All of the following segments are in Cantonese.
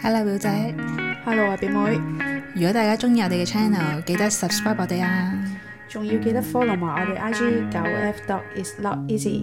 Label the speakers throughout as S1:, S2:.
S1: Hello 表姐，
S2: Hello 啊，表妹，
S1: 如果大家中意我哋嘅 channel，記得 subscribe 我哋啊！
S2: 仲要記得 follow 埋我哋 IG 九 F dot is not easy。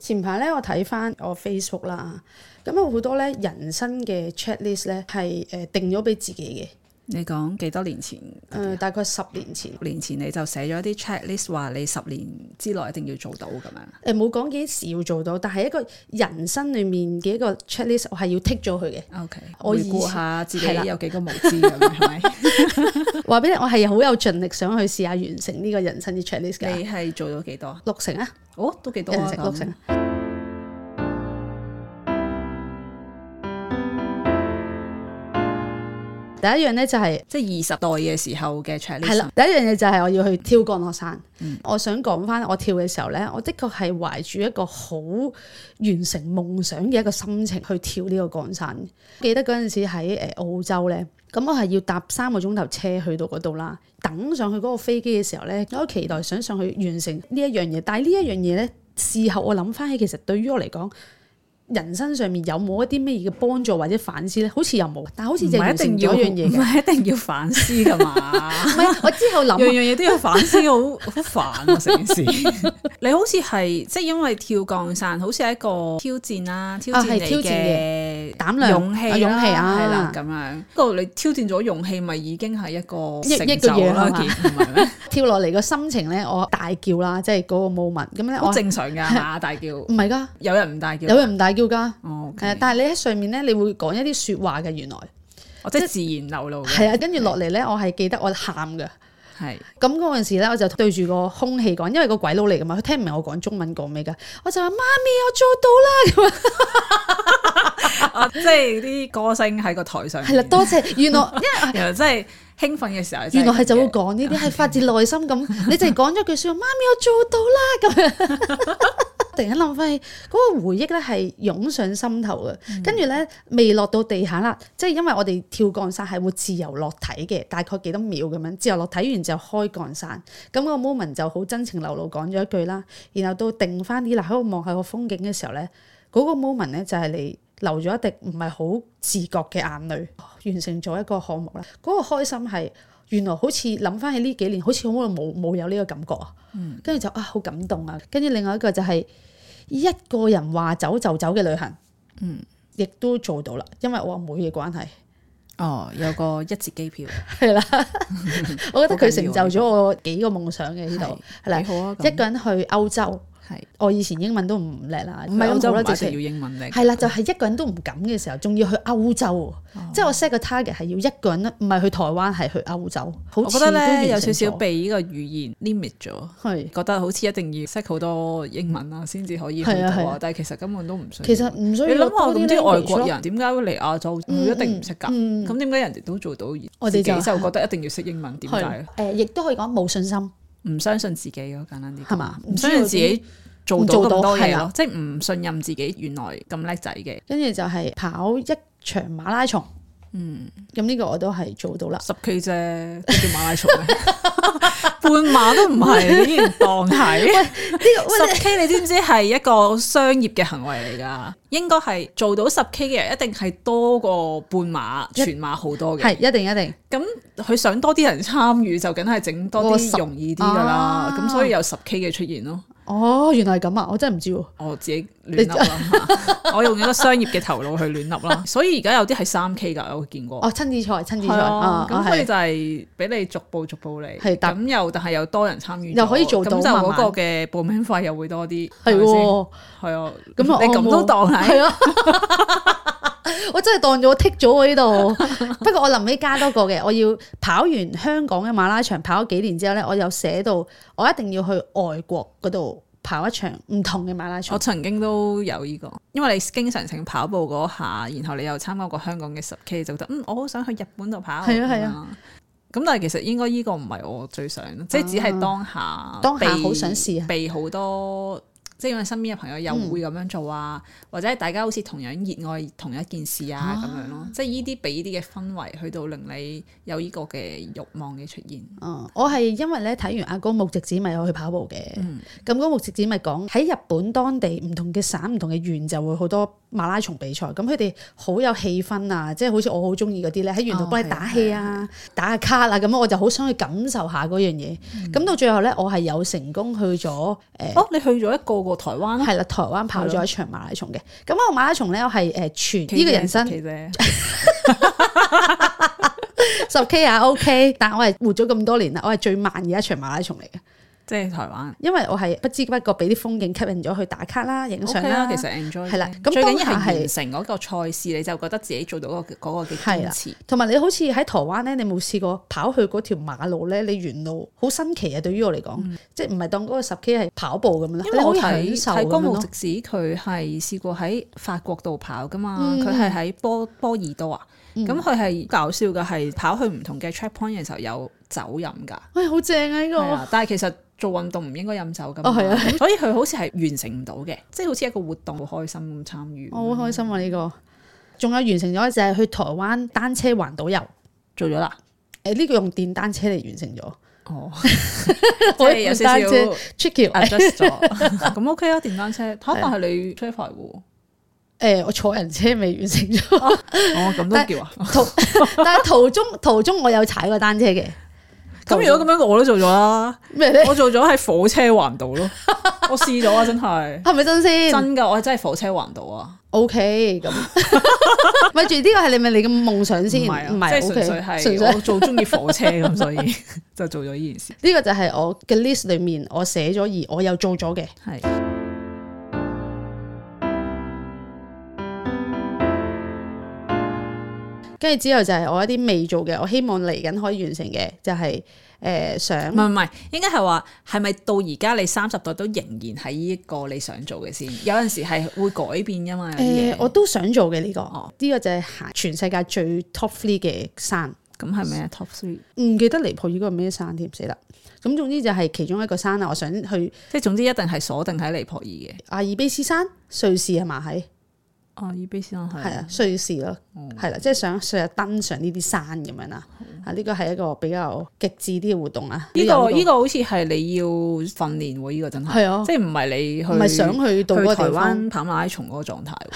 S2: 前排咧，我睇翻我 Facebook 啦，咁有好多咧人生嘅 checklist 咧係誒定咗俾自己
S1: 你講幾多年前？
S2: 嘅，誒、大概十年前，
S1: 六年前你就寫咗啲 checklist 話你十年之內一定要做到咁樣。
S2: 誒呃冇講幾時要做到，但係一個人生裡面嘅一個 checklist，我係要剔咗佢嘅。
S1: OK，
S2: 我
S1: 回
S2: 以
S1: 顧
S2: 前
S1: 下自己
S2: 係啦
S1: 有幾個無知咁樣， 係咪？
S2: 話俾你，我係好有盡力想去試下完成呢個人生嘅 checklist 嘅，
S1: 你係做到幾多？
S2: 六成啊！
S1: 哦，都幾多
S2: 人
S1: 啊！
S2: 食
S1: 咁
S2: 碌成。第一樣咧就係
S1: 即係二十代嘅時候嘅 checklist。
S2: 係啦，第一樣嘢就係我要去跳降落傘。
S1: 嗯
S2: 我想講翻我跳嘅時候咧，我的確係懷住一個好完成夢想嘅一個心情去跳呢個降傘。記得嗰陣時喺誒澳洲咧，咁我係要搭三個鐘頭車去到嗰度啦。等上去嗰個飛機嘅時候咧，我好期待想上去完成呢一樣嘢，但係呢一樣嘢咧，事後我諗翻起，其實對於我嚟講。人生上面有冇一啲咩嘢嘅幫助或者反思咧？好似又冇，但係好似
S1: 唔
S2: 就
S1: 係
S2: 完
S1: 一定
S2: 成咗
S1: 要
S2: 一樣嘢
S1: 唔
S2: 嘅。
S1: 係一定要反思噶嘛。
S2: 唔係，我之後 諗
S1: 樣樣嘢都要反思， 好好煩啊！成件事， 你好似係即係因為跳降傘，好似係一個挑戰啦，挑戰
S2: 啊係挑戰
S1: 你嘅
S2: 膽量
S1: 勇氣
S2: 啊
S1: 啦，
S2: 勇氣啊
S1: 係啦咁樣。不過你挑戰咗勇氣，咪已經係一個
S2: 一
S1: 成
S2: 一個
S1: 就
S2: 嘢
S1: 啦，
S2: 係
S1: 件
S2: 嘛
S1: 唔係咩？
S2: 跳落嚟個心情咧，我大叫啦，即係嗰個 moment。咁咧，
S1: 好
S2: 我
S1: 正常㗎係 嘛，大叫
S2: 唔係㗎，
S1: 有人唔大叫，
S2: 有人唔大叫㗎。
S1: 哦，OK，
S2: 係啊，但係你喺上面咧，你會講一啲説話嘅。原來
S1: 我即係自然流露嘅，
S2: 係啊，跟住落嚟咧，我係記得我喊㗎。
S1: 係
S2: 咁嗰陣時咧，我就對住個空氣講，因為個鬼佬嚟㗎嘛，佢聽唔明我講中文講咩㗎，我就話媽咪，我做到啦。
S1: 啊，即係啲歌星喺個台上面，
S2: 係啦，多謝。原來因為
S1: 然後真係興奮嘅時候，
S2: 原來係就會
S1: 會
S2: 講呢啲，係發自內心 咁。你就係講咗句説話，媽咪，我做到啦咁樣。突 然間諗翻起嗰個回憶咧，係湧上心頭嘅。跟住咧，未落到地下啦，即係因為我哋跳降傘係會自由落體嘅，大概幾多秒咁樣。自由落體完就開降傘，咁、個 moment 就好真情流露講咗一句啦。然後到定翻啲啦，喺度望下個風景嘅時候咧，嗰、個 moment 咧就係你流咗一滴唔係好自覺嘅眼淚，哦完成咗一個項目啦。嗰、個開心係原來好似諗翻起呢幾年，好似好耐冇冇有呢個感覺啊。
S1: 嗯
S2: 跟住就啊好感動啊。跟住另外一個就係、一個人話走就走嘅旅行，嗯，亦都做到啦，因為我阿妹嘅關係。
S1: 哦，有個一折機票，
S2: 係啦，我覺得佢成
S1: 好緊要啊
S2: 就咗我幾個夢想嘅呢度，係啦
S1: 幾，好啊，
S2: 一
S1: 咁
S2: 個人去歐洲，
S1: 係。
S2: 我以前英文都唔叻啦，
S1: 唔係歐
S2: 咁
S1: 洲
S2: 好啦
S1: 唔
S2: 直
S1: 一定
S2: 情
S1: 要英文力，
S2: 係啦，就係、一個人都唔敢嘅時候，仲要去歐洲喎，
S1: 嗯
S2: 即係我 set 個 target 係要一個人，唔係去台灣，係去歐洲。好
S1: 我
S2: 似
S1: 覺
S2: 都
S1: 得
S2: 完
S1: 咧有
S2: 成
S1: 少少
S2: 咗
S1: 被呢個語言 limit 咗。
S2: 係
S1: 覺得好似一定要識好多英文啊，先至可以去
S2: 係
S1: 到
S2: 啊係
S1: 啊
S2: 啊！
S1: 但係其實根本都唔需要。
S2: 其實唔需
S1: 你
S2: 要
S1: 諗下，
S2: 多
S1: 咁啲外國
S2: language 咯
S1: 人點解會嚟亞洲？
S2: 嗯
S1: 佢一定唔識㗎。
S2: 嗯
S1: 咁點解人哋都做到，
S2: 我哋
S1: 自己
S2: 就
S1: 就覺得一定要識英文？點解啊
S2: 係誒，亦都可以講冇信心，
S1: 唔相信自己咯，簡單啲講
S2: 係嘛
S1: 唔相信自己做到
S2: 唔做到
S1: 咁多嘢
S2: 係
S1: 咯
S2: 啊，
S1: 即係唔信任自己原來咁叻仔嘅。
S2: 跟住就係跑一場馬拉松。嗯，咁呢個我都係做到啦。
S1: 十 K 啫，都叫馬拉松咩？ 半馬都唔 係，竟然當係。
S2: 呢個喂
S1: 十 K 你知唔知係一個商業嘅行為嚟㗎？應該係做到十 K 嘅人一定係多過半馬、
S2: 一
S1: 全馬好多
S2: 你
S1: 嘅。
S2: 係一定一定
S1: 咁佢想多啲人參與，就梗係整多
S2: 嗰個十
S1: 啲容易啲㗎啦。
S2: 啊
S1: 咁、所以有十 K 嘅出現咯。
S2: 哦，原來係咁啊！我真係唔知喎。
S1: 我自己亂笠啦，嚇我用一個商業嘅頭腦去亂笠啦。所以而家有啲係三 K 㗎，我見過。
S2: 哦，親子賽，親子
S1: 係
S2: 賽
S1: 啊
S2: 啊，，
S1: 咁所以
S2: 係
S1: 就係俾你逐步逐步嚟，
S2: 係但
S1: 咁又但係又多人參與咗，
S2: 又可以做到
S1: 咁就
S2: 慢
S1: 嗰
S2: 慢
S1: 個嘅報名費又會多啲，
S2: 係
S1: 係咪先
S2: 喎，
S1: 係啊，
S2: 咁啊
S1: 你咁都當係
S2: 係 啊。我真係當咗我剔咗喎呢度， 不過我臨尾加多個嘅，我要跑完香港嘅馬拉松，跑咗幾年之後咧，我有寫到我一定要去外國嗰度跑一場唔同嘅馬拉
S1: 我
S2: 松，
S1: 曾經都有呢、個，因為你經常性跑步嗰下，然後你又參加過香港嘅十 K，就覺得嗯，我好想去日本度跑。
S2: 係啊係
S1: 啊。咁但係其實應該呢嗯個唔係我最想，即係只係當下
S2: 當下
S1: 被
S2: 好想試啊
S1: 被好多即係因為身邊嘅朋友又會咁樣做啊，或者大家好似同樣熱愛同一件事啊咁、樣咯，即係呢啲俾啲嘅氛圍，去到令你有呢個嘅慾望嘅出現。
S2: 嗯，我係因為咧睇完阿高木直子咪有去跑步嘅，
S1: 嗯
S2: 咁高木直子咪講喺日本當地唔同嘅省、唔同嘅縣就會好多馬拉松比賽，咁佢哋好有氣氛啊，即係好似我好中意嗰啲咧，喺沿途
S1: 哦
S2: 幫
S1: 係
S2: 你
S1: 啊
S2: 打氣啊、打下卡啊，咁我就好想去感受下嗰樣嘢。咁、
S1: 嗯
S2: 到最後咧，我係有成功去咗誒。呃
S1: 哦，你去咗一個個台灣咯，
S2: 係啦，台灣跑咗一場馬拉松嘅，咁嗰個馬拉松咧，我係誒全呢個人生
S1: 其實
S2: 十 K 啊 OK，但我係活咗咁多年啦，我係最慢嘅一場馬拉松嚟嘅。
S1: 即係台灣
S2: 因為我係不知不覺俾啲風景吸引咗去打卡啦、影相
S1: OK 啊
S2: 啦
S1: 啦，其實 enjoy
S2: 啊係啦
S1: 嘅
S2: 咁
S1: 最緊要
S2: 當下
S1: 係
S2: 係
S1: 完成嗰個賽事，你就覺得自己做到嗰個嗰個嘅
S2: 係
S1: 堅
S2: 啦
S1: 持。
S2: 同埋你好似喺台灣咧，你冇試過跑去嗰條馬路咧，你沿路好新奇啊！對於我嚟講，即係唔係當嗰個十 K 係跑步咁樣啦，
S1: 嗯因
S2: 你
S1: 為
S2: 好
S1: 我
S2: 享
S1: 睇
S2: 受啊
S1: 睇
S2: 咁
S1: 光
S2: 樣
S1: 幕
S2: 咯
S1: 直。子佢係試過喺法國度跑噶嘛，
S2: 嗯
S1: 佢係喺波波爾多啊，咁佢係搞笑嘅係跑去唔同嘅 checkpoint 嘅時候有酒飲㗎，
S2: 喂，好正啊！呢
S1: 係
S2: 個
S1: 啊，但係其實做運動唔應該飲酒㗎嘛，
S2: 哦係啊
S1: 所以佢好似係完成唔到嘅，即係好似一個活動好開心咁參與，
S2: 我好開心啊！呢個仲有完成咗就係去台灣單車環島遊，
S1: 做咗 啦，
S2: 誒呢個用電單車嚟完成咗，
S1: 哦，即係有少
S2: 單車
S1: 少
S2: tricky 誒
S1: adjust 咗，咁 OK 啊，電單 車，嚇但係你車牌喎，
S2: 誒我坐人車未 完成咗，
S1: 哦咁
S2: 但
S1: 都叫 啊，
S2: 途但係途中途中我有踩過單車嘅
S1: 咁如果咁樣我都做咗啦。
S2: 咩咧？
S1: 我做咗喺火車環島咯，我試咗啊，真係
S2: 係咪真先？
S1: 真噶，我真係火車環島啊，
S2: O K，咁 咪住呢個係你咪你嘅夢想先，
S1: 唔
S2: 唔
S1: 係啊，
S2: 係
S1: 即係純
S2: O K，
S1: 粹
S2: 純
S1: 係
S2: 粹
S1: 我做中意火車 咁，所以 就做咗呢件事。
S2: 呢個就係我嘅 list 裏面我寫咗而我又做咗嘅。
S1: 係
S2: 跟住之後就係我一啲未做嘅，我希望嚟緊可以完成嘅，就係、呃想
S1: 唔係唔係，應該係話係咪到而家你三十代都仍然係呢一個你想做嘅先？有陣時係會改變噶嘛，有
S2: 誒、
S1: 啲嘢。
S2: 我都想做嘅呢、個，呢、
S1: 哦
S2: 個就係行全世界最 top three 嘅山，
S1: 咁係咩 top three？
S2: 唔記得尼泊爾嗰個咩山添，死啦！咁總之就係其中一個山啦，我想去
S1: 即係總之一定係鎖定喺尼泊爾嘅。
S2: 阿爾卑斯山，瑞士係嘛喺？
S1: 哦，伊卑斯山係嗯
S2: 係啊，瑞士咯，係啦、即係想上日登上呢啲山咁樣啦。啊，呢個係一個比較極致啲嘅活動啊。
S1: 呢
S2: 呢個
S1: 個呢個好似係你要訓練喎，呢個真係，
S2: 係啊
S1: 即係唔係你去
S2: 唔係想去到嗰
S1: 去
S2: 個
S1: 台
S2: 地方，
S1: 灣跑馬拉松嗰個狀態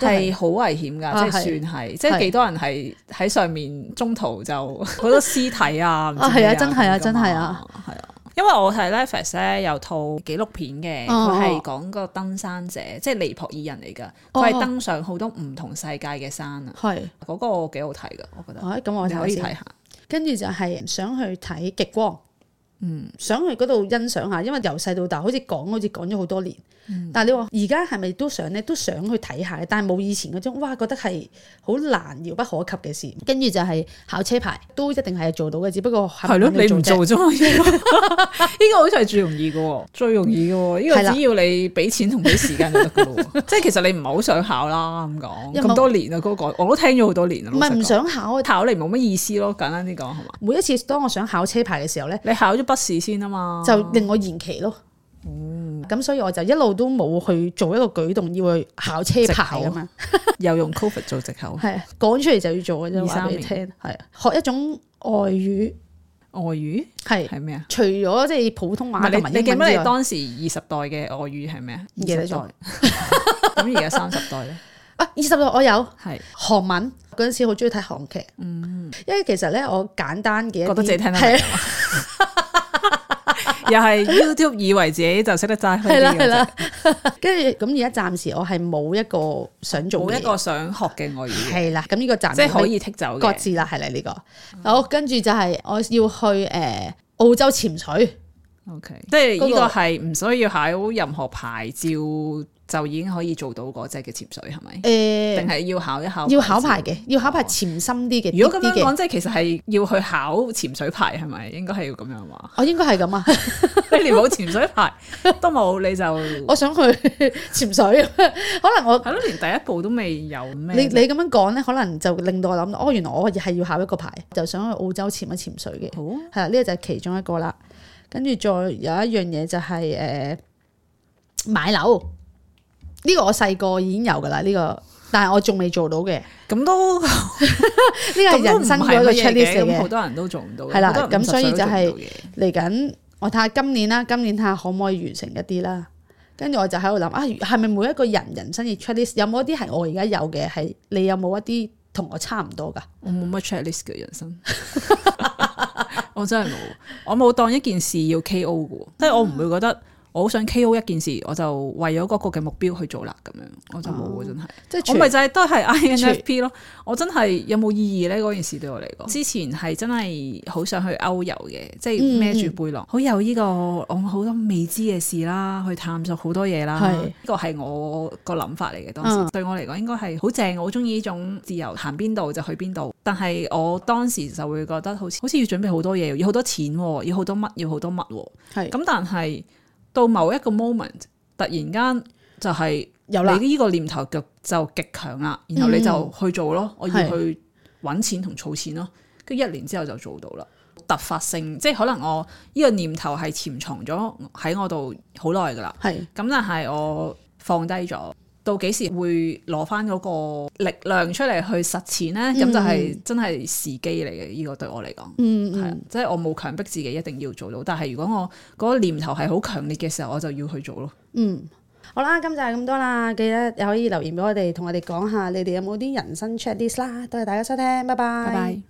S1: 喎，係好危險
S2: 啊
S1: 㗎，即係算係，即係
S2: 係
S1: 幾多人係喺上面中途就 好多屍體啊，唔知
S2: 啊
S1: 咩
S2: 係啊真係啊
S1: 咁㗎
S2: 真係
S1: 嘛
S2: 啊，
S1: 係啊。因為我睇 Netflix 咧有套紀錄片嘅，
S2: 哦
S1: 佢係講個登山者，即係尼泊爾人嚟㗎，
S2: 哦
S1: 佢係登上好多唔同世界嘅山啊，
S2: 係，
S1: 嗰個幾好睇㗎，我覺得。
S2: 好哦咁我
S1: 你可
S2: 睇
S1: 以
S2: 下
S1: 睇
S2: 先。
S1: 下，
S2: 跟住就係想去睇極光，嗯，想去嗰度欣賞下，因為由細到大好似講，好似講咗好多年。
S1: 嗯
S2: 但係你話而家係咪都想咧？都想去睇下嘅，但係冇以前嗰種，哇，覺得係好難遙不可及嘅事。跟住就係考車牌，都一定係做到嘅，只不過係咪
S1: 係咯，
S2: 肯定
S1: 你唔做
S2: 啫
S1: 啫嘛？ 呢個好似係最容易嘅喎，最容易嘅喎。呢
S2: 係
S1: 個
S2: 啦
S1: 只要你俾錢同俾時間就得嘅 咯喎。即係其實你唔係好想考啦，咁講
S2: 因為
S1: 咁多年啦，啊嗰個我都聽咗好多年啦。
S2: 唔係唔
S1: 老實講
S2: 想考啊
S1: 考嚟冇乜意思咯，簡單啲講係嘛？
S2: 每一次當我想考車牌嘅時候咧，
S1: 你考咗筆試先啊嘛，
S2: 就令我延期咯。
S1: 嗯
S2: 咁、所以我就一路都冇去做一個舉動要去考車牌咁樣，
S1: 又用 Covid 做藉口。
S2: 係啊講出嚟就要做嘅啫，
S1: 二三
S2: 話俾你
S1: 年
S2: 聽，係啊學一種外語，
S1: 外語
S2: 係
S1: 係咩啊？
S2: 除咗即係普通
S1: 唔
S2: 話
S1: 係你
S2: 同埋
S1: 你記唔
S2: 英
S1: 記
S2: 文
S1: 得
S2: 之
S1: 你
S2: 外，
S1: 當時二十代嘅外語係咩啊？
S2: 唔記得
S1: 20代
S2: 咗。
S1: 咁而家三十代咧，
S2: 啊二十六我有
S1: 係
S2: 韓文嗰陣時好中意睇韓劇，因為其實咧我簡單嘅一啲
S1: 嗯覺得自己聽得明
S2: 係啊
S1: 又 係 YouTube 以為自己就識得齋
S2: 係啦係
S1: 啦。
S2: 啦， 跟住咁而家暫時我係冇一個想做
S1: 冇
S2: 嘅
S1: 一個想學嘅外語嘅。
S2: 係啦，咁呢個暫
S1: 即係
S2: 時
S1: 可以剔走
S2: 各
S1: 嘅。
S2: 自啦，係啦呢個。好，跟住就係我要去誒、呃澳洲潛水，
S1: O K，即係呢
S2: 嗰
S1: 個
S2: 個
S1: 係唔需要考任何牌照就已經可以做到嗰只嘅潛水係咪？定
S2: 誒、
S1: 係要考一考？
S2: 要考牌。嘅，要考牌潛深啲嘅，
S1: 如果咁
S2: 啲
S1: 樣
S2: 啲嘅，
S1: 講，即係其實係要去考潛水牌係咪？應該係要咁樣話。
S2: 我應該係咁啊，
S1: 你連冇潛水牌都冇，你就係
S2: 我想去 潛水， 可能我。
S1: 咯，連第一步都未有咩？
S2: 你你咁樣講咧，可能就令到我諗到，哦，原來我係要考一個牌，就想去澳洲潛一潛水嘅，
S1: 好啊
S2: 係啦，呢個就係其中一個啦。跟住再有一樣嘢就係、誒、買樓呢個我細個已經有噶啦，呢個但係我仲未做到嘅，呢
S1: 咁都
S2: 個係人生嗰個 checklist 嚟
S1: 咁好
S2: 嘅。
S1: 多人都做唔到嘅。
S2: 係啦
S1: 好多人
S2: 咁所以
S1: 50歲都
S2: 就係
S1: 做唔到嘅
S2: 嚟緊我睇下今年啦，今年睇下可唔可以完成一啲啦。跟住我就喺度諗啊，係咪每一個人人生嘅 checklist 有冇一啲係我而家有嘅？係你有冇一啲同我差唔多㗎？
S1: 我冇乜 checklist 嘅人生， 我真係冇，我冇當一件事要 K.O. 嘅喎，即係我唔會覺得我好想 K.O. 一件事，我就為咗嗰個嘅目標去做啦，咁樣我就冇喎，真係。
S2: 即係
S1: 我咪就係都係 INFP
S2: True
S1: 咯，我真係有冇意義呢？嗰件事對我嚟講，之前係真係好想去歐遊嘅，即係孭住背囊，好有呢個我好多未知嘅事啦，去探索好多嘢啦。
S2: 係
S1: 呢個係我個諗法嚟嘅，當時
S2: 嗯
S1: 對我嚟講應該係好正，我好中意呢種自由，行邊度就去邊度。但係我當時就會覺得好似好似要準備好多嘢，要好多錢喎，要好多乜，要好多乜喎。
S2: 係
S1: 咁但係到某一個 moment，突然間就係、
S2: 有啦嗯
S1: 你呢個念頭就就極強啦，然後你就去做咯，我要
S2: 係
S1: 去揾錢同儲錢咯，跟住一年之後就做到啦。突發性即係可能我呢個念頭係潛藏咗喺我度好耐噶啦，
S2: 係
S1: 咁但係啊我放低咗，到幾時會攞翻嗰個力量出嚟去實踐呢？咁、就係真係時機嚟嘅，呢、個對我嚟講。
S2: 嗯
S1: 係啊，即係我冇強迫自己一定要做到，但係如果我嗰個念頭係好強烈嘅時候，我就要去做咯。
S2: 嗯，好啦，今集係咁多啦，記得可以留言俾我哋，同我哋講下你哋有冇啲人生 checklist 啦，多謝大家收聽，拜拜
S1: 拜拜。